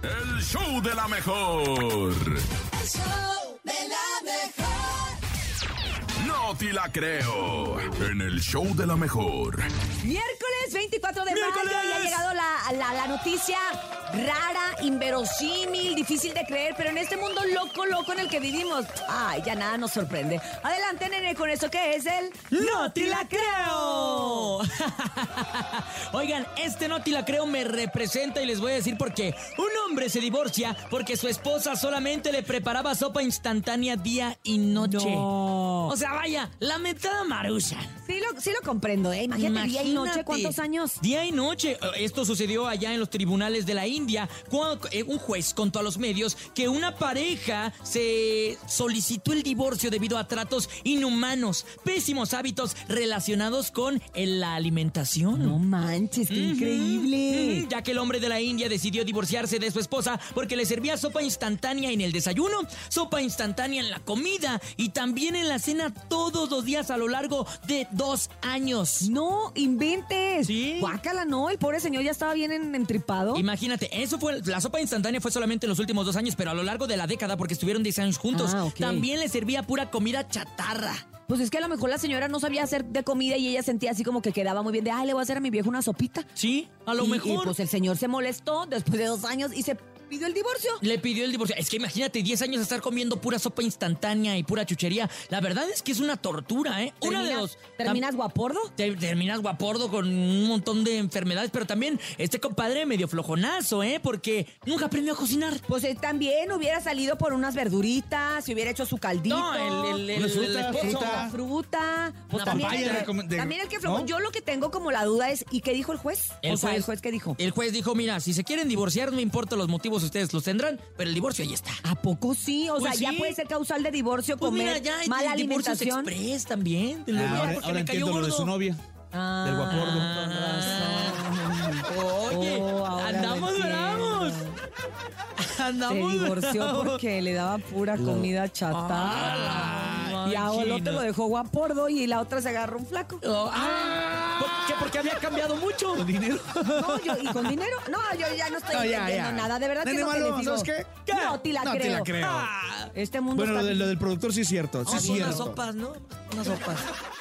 el show de la mejor. El show de la mejor. No te la creo. En el show de la mejor. Miércoles 24 de ¡Miércoles! mayo ya ha llegado la, la- la noticia rara, inverosímil, difícil de creer, pero en este mundo loco, loco en el que vivimos, ay, ya nada nos sorprende. Adelante, nene, con eso que es el... ¡No te la creo! Oigan, este no te la creo me representa y les voy a decir por qué. Un hombre se divorcia porque su esposa solamente le preparaba sopa instantánea día y noche. No. O sea, vaya, la metada marucha. Sí lo, sí lo comprendo, ¿eh? Imagínate, día y noche, ¿cuántos años? Día y noche. Esto sucedió allá en los tribunales de la India. cuando, eh, un juez contó a los medios que una pareja se solicitó el divorcio debido a tratos inhumanos, pésimos hábitos relacionados con eh, la alimentación. No manches, qué increíble. Ujú, Ya que el hombre de la India decidió divorciarse de su esposa porque le servía sopa instantánea en el desayuno, sopa instantánea en la comida y también en la cena todos los días a lo largo de dos años. No inventes. Sí. Guácala, no. El pobre señor ya estaba bien en- entripado. Imagínate, eso fue la sopa instantánea fue solamente en los últimos dos años, pero a lo largo de la década, porque estuvieron 10 años juntos, Ah, ok. también le servía pura comida chatarra. Pues es que a lo mejor la señora no sabía hacer de comida y ella sentía así como que quedaba muy bien de, ay, le voy a hacer a mi viejo una sopita. Sí, a lo Y- mejor. Y pues el señor se molestó después de dos años y se pidió el divorcio. Le pidió el divorcio. Es que imagínate, 10 años de estar comiendo pura sopa instantánea y pura chuchería. La verdad es que es una tortura, ¿eh? una de Terminas- los. ¿Terminas guapordo? Te- terminas guapordo con un montón de enfermedades, pero también este compadre medio flojonazo, ¿eh? Porque nunca aprendió a cocinar. Pues él también hubiera salido por unas verduritas, se hubiera hecho su caldito. No, el, el, el- Unas el frutas, esposo. fruta. Una fruta. Pues Una también, papaya el, recome- de- también el que flojo. ¿no? Yo lo que tengo como la duda es, ¿y qué dijo el juez? o sea, el juez qué dijo. El juez dijo, mira, si se quieren divorciar, no me importa los motivos, ustedes los tendrán, pero el divorcio ahí está. ¿A poco sí? O Pues sea, sí. ya puede ser causal de divorcio, Pues comer mira, ya mala el divorcio es alimentación. express también. te lo Ah, digo, ahora porque ahora me cayó entiendo lo de gordo. su novia. Ah, Del guapordo. con razón. Ah. Oye, Oh, ahora lo andamos entiendo. bravos. Se Andamos divorció bravos. porque le daba pura comida chatarra. Ah, Y a Olote imagino. lo dejó guapordo y la otra se agarró un flaco. Oh, ah, ¿por qué? Porque había cambiado mucho. Con dinero. No, yo, y con dinero. No, yo ya no estoy No, ya, entendiendo ya. nada. De verdad que Nene no te malo, les digo. ¿sabes qué? ¿Qué? No, te la No te creo. la creo. Ah, Este mundo Bueno, está... lo, de- lo del productor sí es cierto. Sí Ah, es unas cierto. sopas, ¿no? Unas sopas.